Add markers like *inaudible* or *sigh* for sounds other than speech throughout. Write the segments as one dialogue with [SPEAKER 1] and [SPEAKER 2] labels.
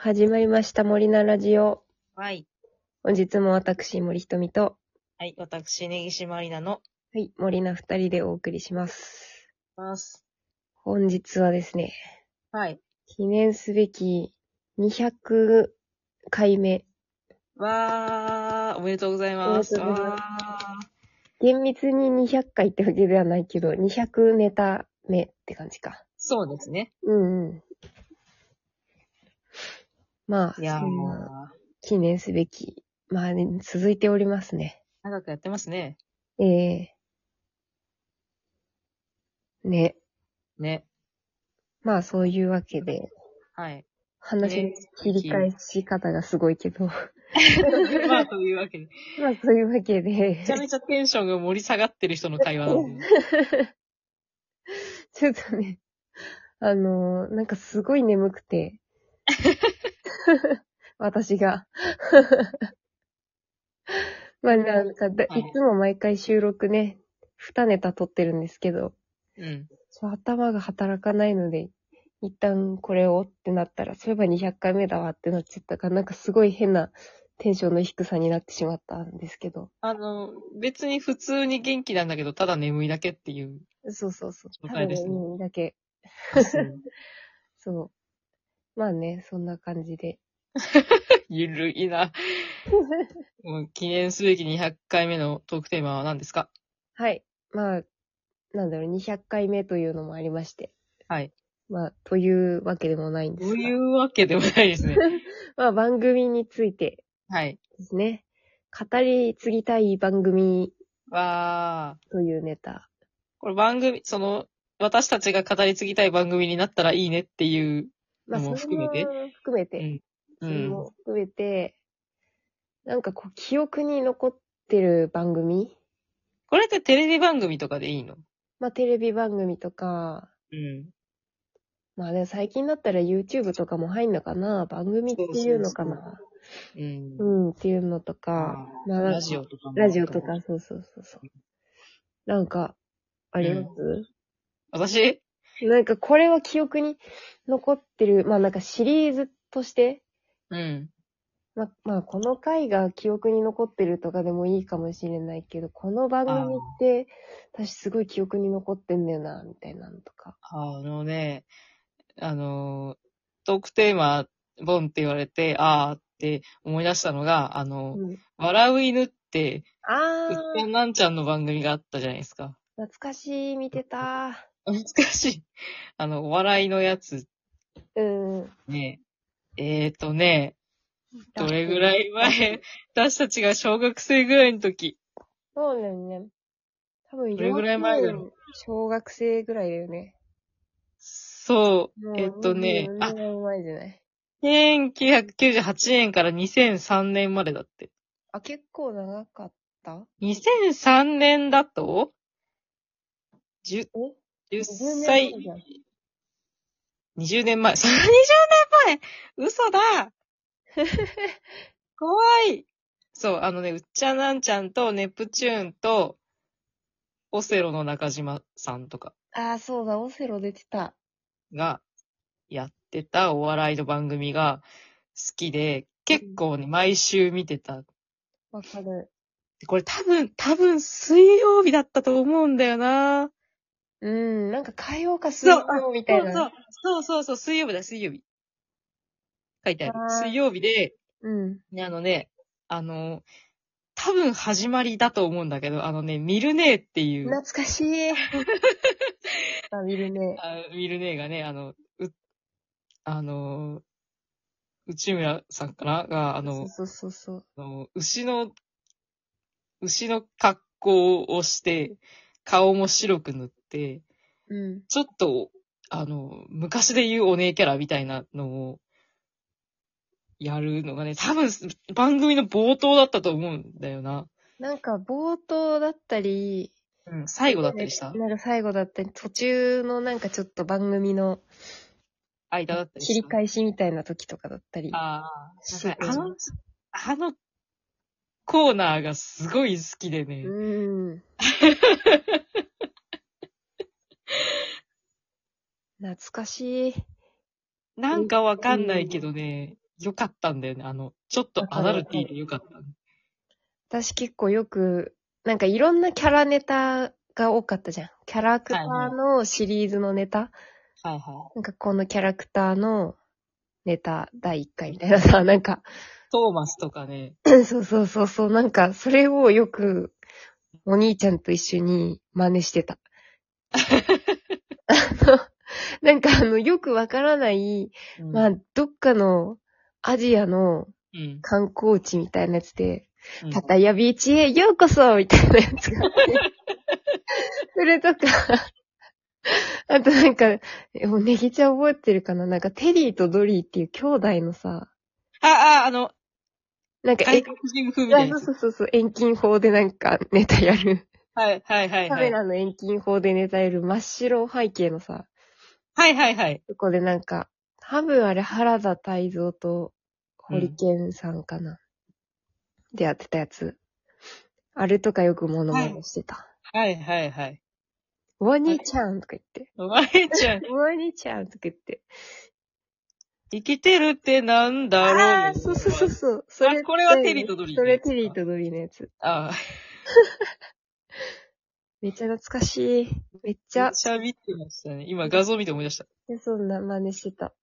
[SPEAKER 1] 始まりました、森菜ラジオ。
[SPEAKER 2] はい。
[SPEAKER 1] 本日も私、森ひとみと、
[SPEAKER 2] はい。私、根岸まりなの、
[SPEAKER 1] はい、森菜二人でお送りします。
[SPEAKER 2] ます。
[SPEAKER 1] 本日はですね、
[SPEAKER 2] はい。
[SPEAKER 1] 記念すべき200回目。
[SPEAKER 2] わー、おめでとうございます。
[SPEAKER 1] おめでとうございます
[SPEAKER 2] わ
[SPEAKER 1] 厳密に200回ってわけではないけど、200ネタ目って感じか
[SPEAKER 2] ー。そうですね。
[SPEAKER 1] うんうん。まあ、
[SPEAKER 2] いやー
[SPEAKER 1] そ、んな記念すべき。まあ、ね、続いておりますね。
[SPEAKER 2] 長くやってますね。
[SPEAKER 1] ええね。
[SPEAKER 2] ね。
[SPEAKER 1] まあそういうわけで、
[SPEAKER 2] はい。
[SPEAKER 1] 話の切り返し方がすごいけど。
[SPEAKER 2] *laughs* まあ、というわけで。
[SPEAKER 1] *laughs* まあそういうわけで
[SPEAKER 2] めち、ゃめちゃテンションが盛り下がってる人の会話だもんね。
[SPEAKER 1] *laughs* ちょっとね、あのーなんかすごい眠く
[SPEAKER 2] *laughs*
[SPEAKER 1] て。私が。 *laughs* まあなんかだ、
[SPEAKER 2] はい
[SPEAKER 1] いつも毎回収録ね、二ネタ撮ってるんですけど、
[SPEAKER 2] うん。
[SPEAKER 1] そう頭が働かないので、一旦これをってなったら、そういえば200回目だわってなっちゃったから、なんかすごい変なテンションの低さになってしまったんですけど。
[SPEAKER 2] あの、別に普通に元気なんだけど、ただ眠いだけっていう。 *laughs*
[SPEAKER 1] そうそうそう。
[SPEAKER 2] 了解ですね
[SPEAKER 1] うんだけ。そう。まあね、そんな感じで。
[SPEAKER 2] ゆるい *laughs* な。もう記念すべき200回目のトークテーマは何ですか
[SPEAKER 1] はい。まあ、なんだろう、200回目というのもありまして。
[SPEAKER 2] はい。
[SPEAKER 1] まあ、というわけでもないんで
[SPEAKER 2] そ
[SPEAKER 1] す
[SPEAKER 2] う
[SPEAKER 1] が。
[SPEAKER 2] いうわけでもないですね。
[SPEAKER 1] まあ、番組について
[SPEAKER 2] はい。
[SPEAKER 1] ですね。語り継ぎたい番組
[SPEAKER 2] わー。
[SPEAKER 1] というネタ。
[SPEAKER 2] これ番組、その、私たちが語り継ぎたい番組になったらいいねっていう。
[SPEAKER 1] まあ、
[SPEAKER 2] もう
[SPEAKER 1] それも
[SPEAKER 2] 含めて
[SPEAKER 1] 含めて。
[SPEAKER 2] う
[SPEAKER 1] それ
[SPEAKER 2] ん。
[SPEAKER 1] も含めて、なんかこう、記憶に残ってる番組
[SPEAKER 2] これってテレビ番組とかでいいの
[SPEAKER 1] まあ、テレビ番組とか、
[SPEAKER 2] うん。
[SPEAKER 1] まあね、最近だったら YouTube とかも入んのかな番組っていうのかな
[SPEAKER 2] うん
[SPEAKER 1] う。ん、っていうのとか、まあなんか
[SPEAKER 2] ラジオとかも。
[SPEAKER 1] ラジオとか、そうそうそうそう。なんか、あります、
[SPEAKER 2] 私
[SPEAKER 1] なんかこれは記憶に残ってる、まあなんかシリーズとして、
[SPEAKER 2] うん。
[SPEAKER 1] ま、まあ、この回が記憶に残ってるとかでもいいかもしれないけど、この番組って、私すごい記憶に残ってんだよな、みたいなのとか。
[SPEAKER 2] あのね、あのー、トークテーマ、ボンって言われて、あーって思い出したのが、あの、
[SPEAKER 1] うん、
[SPEAKER 2] 笑う犬って、
[SPEAKER 1] あ
[SPEAKER 2] うっちゃ
[SPEAKER 1] ー、
[SPEAKER 2] んなんちゃんの番組があったじゃないですか。
[SPEAKER 1] 懐かしい、見てた。
[SPEAKER 2] 懐かしい。あの、お笑いのやつ
[SPEAKER 1] うん。
[SPEAKER 2] ね。えーとね、どれぐらい前、私たちが小学生ぐらいの時。
[SPEAKER 1] そうだよね。多分、
[SPEAKER 2] どれぐらい前だろう
[SPEAKER 1] 幼稚園小学生ぐらいだよね。
[SPEAKER 2] そう
[SPEAKER 1] も、う
[SPEAKER 2] えっとね、
[SPEAKER 1] 24
[SPEAKER 2] あ、
[SPEAKER 1] 年前じゃない。
[SPEAKER 2] 1998年から2003年までだって。
[SPEAKER 1] あ、結構長かった
[SPEAKER 2] 2003年だと、10
[SPEAKER 1] お、?10
[SPEAKER 2] 10
[SPEAKER 1] 年
[SPEAKER 2] 歳
[SPEAKER 1] 前、じゃん。
[SPEAKER 2] 20年前、30年 *laughs* 前
[SPEAKER 1] *laughs*
[SPEAKER 2] 嘘だ怖いそう、あのね、うっちゃなんちゃんとネプチューンと、オセロの中島さんとか。
[SPEAKER 1] あー、そうだ、オセロ出てた。
[SPEAKER 2] がやってたお笑いの番組が好きで、結構ね、毎週見てた。
[SPEAKER 1] わかる。
[SPEAKER 2] これ多分、多分水曜日だったと思うんだよな
[SPEAKER 1] うん、なんか火曜か水
[SPEAKER 2] そう
[SPEAKER 1] 曜みた
[SPEAKER 2] そ
[SPEAKER 1] いうな。
[SPEAKER 2] そう、そうそうそう、水曜日だ、水曜日。書いてある
[SPEAKER 1] は。ーい
[SPEAKER 2] 水曜日で、
[SPEAKER 1] うん。
[SPEAKER 2] ね、あのね、あの、多分始まりだと思うんだけど、あのね、ミルネーっていう、
[SPEAKER 1] 懐かしい。
[SPEAKER 2] *laughs*
[SPEAKER 1] あ、見るね。
[SPEAKER 2] あミルネーがね、あの、う、あの、内村さんかなが、あの、
[SPEAKER 1] そうそうそう。
[SPEAKER 2] あの、牛の、牛の格好をして、顔も白く塗って、
[SPEAKER 1] そううん。
[SPEAKER 2] ちょっと、あの、昔で言うお姉キャラみたいなのを、やるのがね、多分、番組の冒頭だったと思うんだよな。
[SPEAKER 1] なんか冒頭だったり、
[SPEAKER 2] うん、最後だったりした
[SPEAKER 1] なんか最後だったり、途中のなんかちょっと番組の
[SPEAKER 2] 間だったりした
[SPEAKER 1] 切り返しみたいな時とかだったり。
[SPEAKER 2] ああ、なんかあ
[SPEAKER 1] そう
[SPEAKER 2] の、あのコーナーがすごい好きでね。 *laughs*
[SPEAKER 1] うん。懐かしい。
[SPEAKER 2] なんかわかんないけどね、良かったんだよね。あの、ちょっとアダルティーで良かった。
[SPEAKER 1] 私結構よく、なんかいろんなキャラネタが多かったじゃん。キャラクターのシリーズのネタ、
[SPEAKER 2] はいは
[SPEAKER 1] なんかこのキャラクターのネタ第1回みたいなさ、 *laughs* なんか、
[SPEAKER 2] い。トーマスとかね。
[SPEAKER 1] そうそうそうそう、なんかそれをよくお兄ちゃんと一緒に真似して
[SPEAKER 2] *laughs*
[SPEAKER 1] た。あの、なんかあの、よくわからない、
[SPEAKER 2] うん
[SPEAKER 1] まあ、どっかのアジアの
[SPEAKER 2] うん。
[SPEAKER 1] 観光地みたいなやつで、
[SPEAKER 2] うん
[SPEAKER 1] パタヤビーチへようこそみたいなやつ
[SPEAKER 2] *laughs*
[SPEAKER 1] があって。それとか、あとなんか、えもうネギちゃん覚えてるかななんかテリーとドリーっていう兄弟のさ、
[SPEAKER 2] あ、あ、あの、
[SPEAKER 1] なんか、
[SPEAKER 2] 外国人風みた
[SPEAKER 1] あ
[SPEAKER 2] いな
[SPEAKER 1] そう
[SPEAKER 2] やつ。
[SPEAKER 1] そうそうそう、遠近法でなんかネタやる。
[SPEAKER 2] はいはいはい
[SPEAKER 1] カ
[SPEAKER 2] は
[SPEAKER 1] メ
[SPEAKER 2] い。
[SPEAKER 1] ラの遠近法でネタやる真っ白背景のさ、
[SPEAKER 2] はいはいはい。
[SPEAKER 1] そこでなんか、多分あれ原田泰造と堀健さんかな、でやってたやつ。あれとかよくモノマネしてた。
[SPEAKER 2] はいはいはい。
[SPEAKER 1] ワニちゃんとか言って。
[SPEAKER 2] お前ちゃん、
[SPEAKER 1] ワニちゃんとか言って。
[SPEAKER 2] 生きてるってなんだろう。
[SPEAKER 1] ああー、そうそうそう。そう。そ
[SPEAKER 2] あこれはテリーとドリー
[SPEAKER 1] そ
[SPEAKER 2] のや
[SPEAKER 1] れ
[SPEAKER 2] つか
[SPEAKER 1] テリーとドリーのやつ。
[SPEAKER 2] ああ、
[SPEAKER 1] めっちゃ懐かしい。めっち
[SPEAKER 2] め
[SPEAKER 1] ゃ
[SPEAKER 2] っ、ちゃ見てましたね。今画像見て思い出した。
[SPEAKER 1] でそんな真似してた。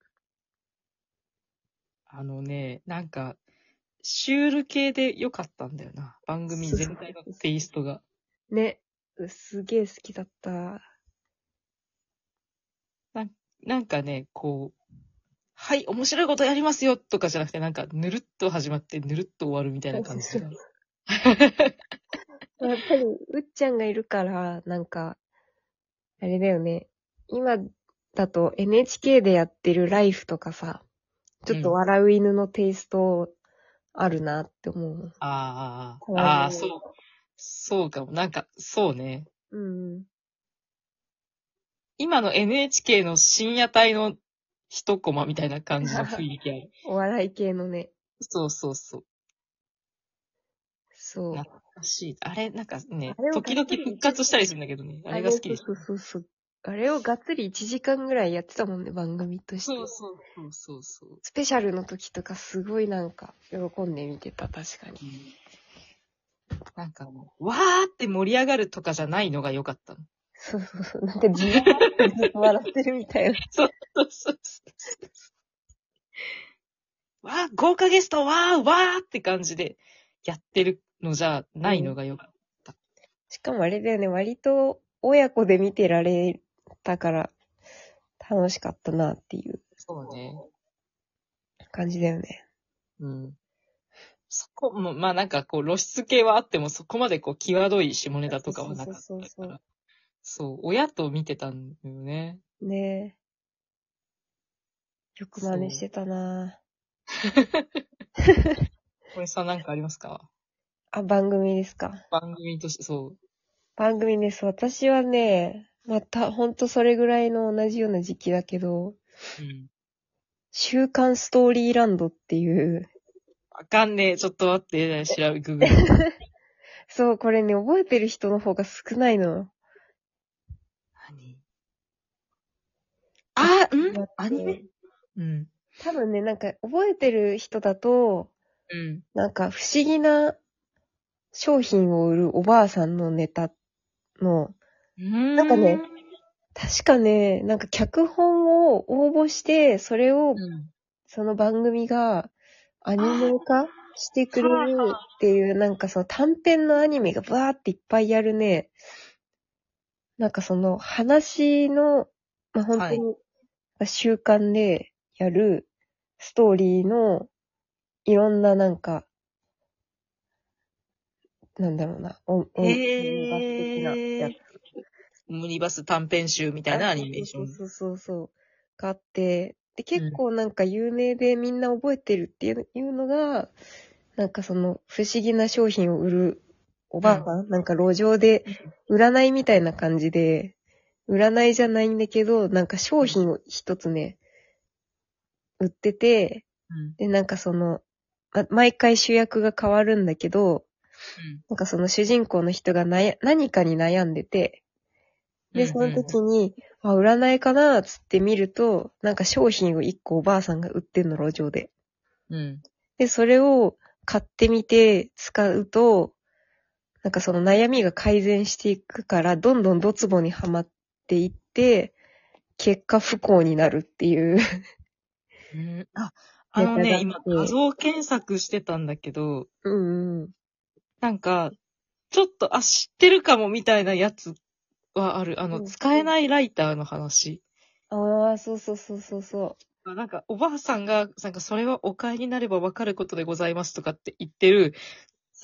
[SPEAKER 2] あのね、なんか、シュール系で良かったんだよな。番組全体のテイストが。
[SPEAKER 1] ね。うすげえ好きだった。
[SPEAKER 2] なんかね、こう、はい、面白いことやりますよとかじゃなくて、なんか、ぬるっと始まって、ぬるっと終わるみたいな感じが。
[SPEAKER 1] やっぱり、うっちゃんがいるから、なんか、あれだよね。今だと NHK でやってるライフとかさ、ちょっと笑う犬のテイストあるなって思う。
[SPEAKER 2] あ
[SPEAKER 1] こ
[SPEAKER 2] あ、
[SPEAKER 1] う
[SPEAKER 2] ああ、そう。そうかも。なんか、そうね。
[SPEAKER 1] うん。
[SPEAKER 2] 今の NHK の深夜帯の一コマみたいな感じの雰囲気あ *laughs* る。
[SPEAKER 1] お笑い系のね。
[SPEAKER 2] そうそうそう。
[SPEAKER 1] そう。
[SPEAKER 2] ならしい。あれ、なんかね
[SPEAKER 1] あれ、を
[SPEAKER 2] 時々復活したりするんだけどね。あれが好きです。
[SPEAKER 1] そうそうそう。あれをがっつり1時間ぐらいやってたもんね、番組として。
[SPEAKER 2] そうそうそうそうそう。
[SPEAKER 1] スペシャルの時とかすごいなんか喜んで見てた、確かに。
[SPEAKER 2] なんかもう、わーって盛り上がるとかじゃないのが良かったの。
[SPEAKER 1] そうそうそう。なんか自分で笑ってるみたいな。
[SPEAKER 2] そうそうそう。わー、豪華ゲスト、わー、わーって感じでやってるのじゃないのが良かった。
[SPEAKER 1] *laughs* しかもあれだよね、割と親子で見てられたから楽しかったなっていう
[SPEAKER 2] そうね。
[SPEAKER 1] 感じだよね。
[SPEAKER 2] うん。そこも、まあなんかこう露出系はあってもそこまでこう際どい下ネタとかはなかった
[SPEAKER 1] そうそうそうそ
[SPEAKER 2] か
[SPEAKER 1] う
[SPEAKER 2] ら。そう、親と見てたんだよね。
[SPEAKER 1] ねえ。よく真似してたな
[SPEAKER 2] これさんなんかありますか
[SPEAKER 1] あ、番組ですか。
[SPEAKER 2] 番組として、そう。
[SPEAKER 1] 番組です。私はね、また、ほんとそれぐらいの同じような時期だけど、
[SPEAKER 2] うん。
[SPEAKER 1] 週刊ストーリーランドっていう、
[SPEAKER 2] あかんねえ。ちょっと待って。調べ、ググる。
[SPEAKER 1] そう、これね、覚えてる人の方が少ないの。
[SPEAKER 2] 何あ、
[SPEAKER 1] だっ
[SPEAKER 2] ん
[SPEAKER 1] て
[SPEAKER 2] アニメうん。
[SPEAKER 1] 多分ね、なんか、覚えてる人だと、
[SPEAKER 2] うん。
[SPEAKER 1] なんか、不思議な商品を売るおばあさんのネタの、
[SPEAKER 2] なん
[SPEAKER 1] かね。確かね、なんか脚本を応募して、それを、
[SPEAKER 2] うん。
[SPEAKER 1] その番組がアニメ化してくれる
[SPEAKER 2] はあ
[SPEAKER 1] っていう、なんかその短編のアニメがバーっていっぱいやるね、なんかその話の、まあ、本当に、習慣でやるストーリーのいろんななんか、なんだろうな、音音楽的なやつ。
[SPEAKER 2] ミニバス短編集みたいなアニメーション。
[SPEAKER 1] そうそうそうそう。があって、で、結構なんか有名でみんな覚えてるっていういうのが、なんかその不思議な商品を売るおばあさん、なんか路上で占いみたいな感じで、占いじゃないんだけど、なんか商品を一つね、売ってて、
[SPEAKER 2] うん。
[SPEAKER 1] で、なんかその、ま毎回主役が変わるんだけど、なんかその主人公の人がなや何かに悩んでて、
[SPEAKER 2] うん
[SPEAKER 1] で、その時に、あ、占いかなーっつって見ると、なんか商品を一個おばあさんが売ってんの、路上で。
[SPEAKER 2] うん。
[SPEAKER 1] で、それを買ってみて使うと、なんかその悩みが改善していくから、どんどんドツボにはまっていって、結果不幸になるっていう。
[SPEAKER 2] *laughs* うん、あ、あのね、
[SPEAKER 1] ネタ
[SPEAKER 2] 今
[SPEAKER 1] が
[SPEAKER 2] 画像検索してたんだけど、
[SPEAKER 1] うんうん。
[SPEAKER 2] なんか、ちょっと、あ、知ってるかもみたいなやつはある。あ
[SPEAKER 1] う
[SPEAKER 2] の、
[SPEAKER 1] ん
[SPEAKER 2] 使えないライターの話。
[SPEAKER 1] ああ、そうそうそうそうそ
[SPEAKER 2] なんか、おばあさんが、なんか、それはお買いになればわかることでございますとかって言ってる、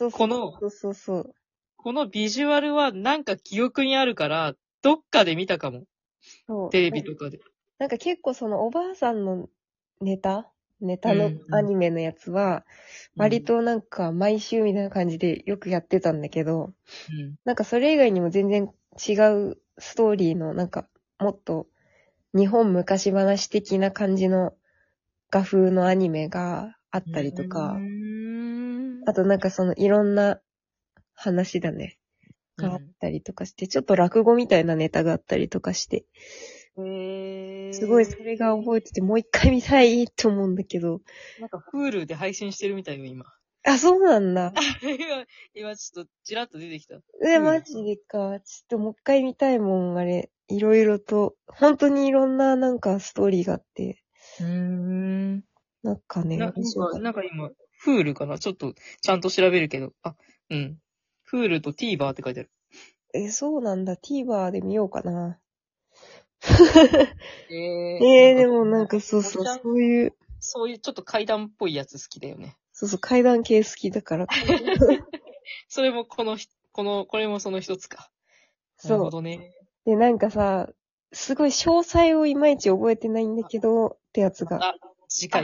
[SPEAKER 1] う。
[SPEAKER 2] この
[SPEAKER 1] そうそうそう。
[SPEAKER 2] このビジュアルはなんか記憶にあるから、どっかで見たかも。
[SPEAKER 1] そう
[SPEAKER 2] テレビとかで。
[SPEAKER 1] なんか結構そのおばあさんのネタネタの
[SPEAKER 2] うんうん
[SPEAKER 1] アニメのやつは、割となんか毎週みたいな感じでよくやってたんだけど、
[SPEAKER 2] うん。
[SPEAKER 1] なんかそれ以外にも全然違うストーリーの、なんかもっと日本昔話的な感じの画風のアニメがあったりとか
[SPEAKER 2] う、ん。
[SPEAKER 1] あとなんかそのいろんな話だね。があったりとかして、ちょっと落語みたいなネタがあったりとかして、
[SPEAKER 2] へー
[SPEAKER 1] すごいそれが覚えてて、もう一回見たいと思うんだけど。
[SPEAKER 2] なんか、フールで配信してるみたいよ、今。
[SPEAKER 1] あ、そうなん
[SPEAKER 2] *laughs*
[SPEAKER 1] だ。
[SPEAKER 2] 今、 *laughs* 今ちょっと、ちらっと出てきた。
[SPEAKER 1] え、
[SPEAKER 2] うん
[SPEAKER 1] マジでか。ちょっともう一回見たいもん、あれ。いろいろと、本当にいろんななんかストーリーがあって、
[SPEAKER 2] うん。
[SPEAKER 1] なんかね、
[SPEAKER 2] ななん
[SPEAKER 1] 面白
[SPEAKER 2] か
[SPEAKER 1] かっ
[SPEAKER 2] なんか今、フールかなちょっと、ちゃんと調べるけど。あ、うん。フールと TVer って書いてある。
[SPEAKER 1] た。え、そうなんだ。TVer で見ようか
[SPEAKER 2] *laughs*
[SPEAKER 1] な。
[SPEAKER 2] え
[SPEAKER 1] えー、でもなん、かそうそう、そういう、
[SPEAKER 2] そういうちょっと階段っぽいやつ好きだよね。
[SPEAKER 1] そうそう、階段系好きだ
[SPEAKER 2] *laughs*
[SPEAKER 1] から。
[SPEAKER 2] それもこのひ、この、これもその一つか。なる
[SPEAKER 1] そ
[SPEAKER 2] ほ
[SPEAKER 1] う。
[SPEAKER 2] どね。
[SPEAKER 1] で、なんかさ、すごい詳細をいまいち覚えてないんだけど、ってやつが。
[SPEAKER 2] あ、次回。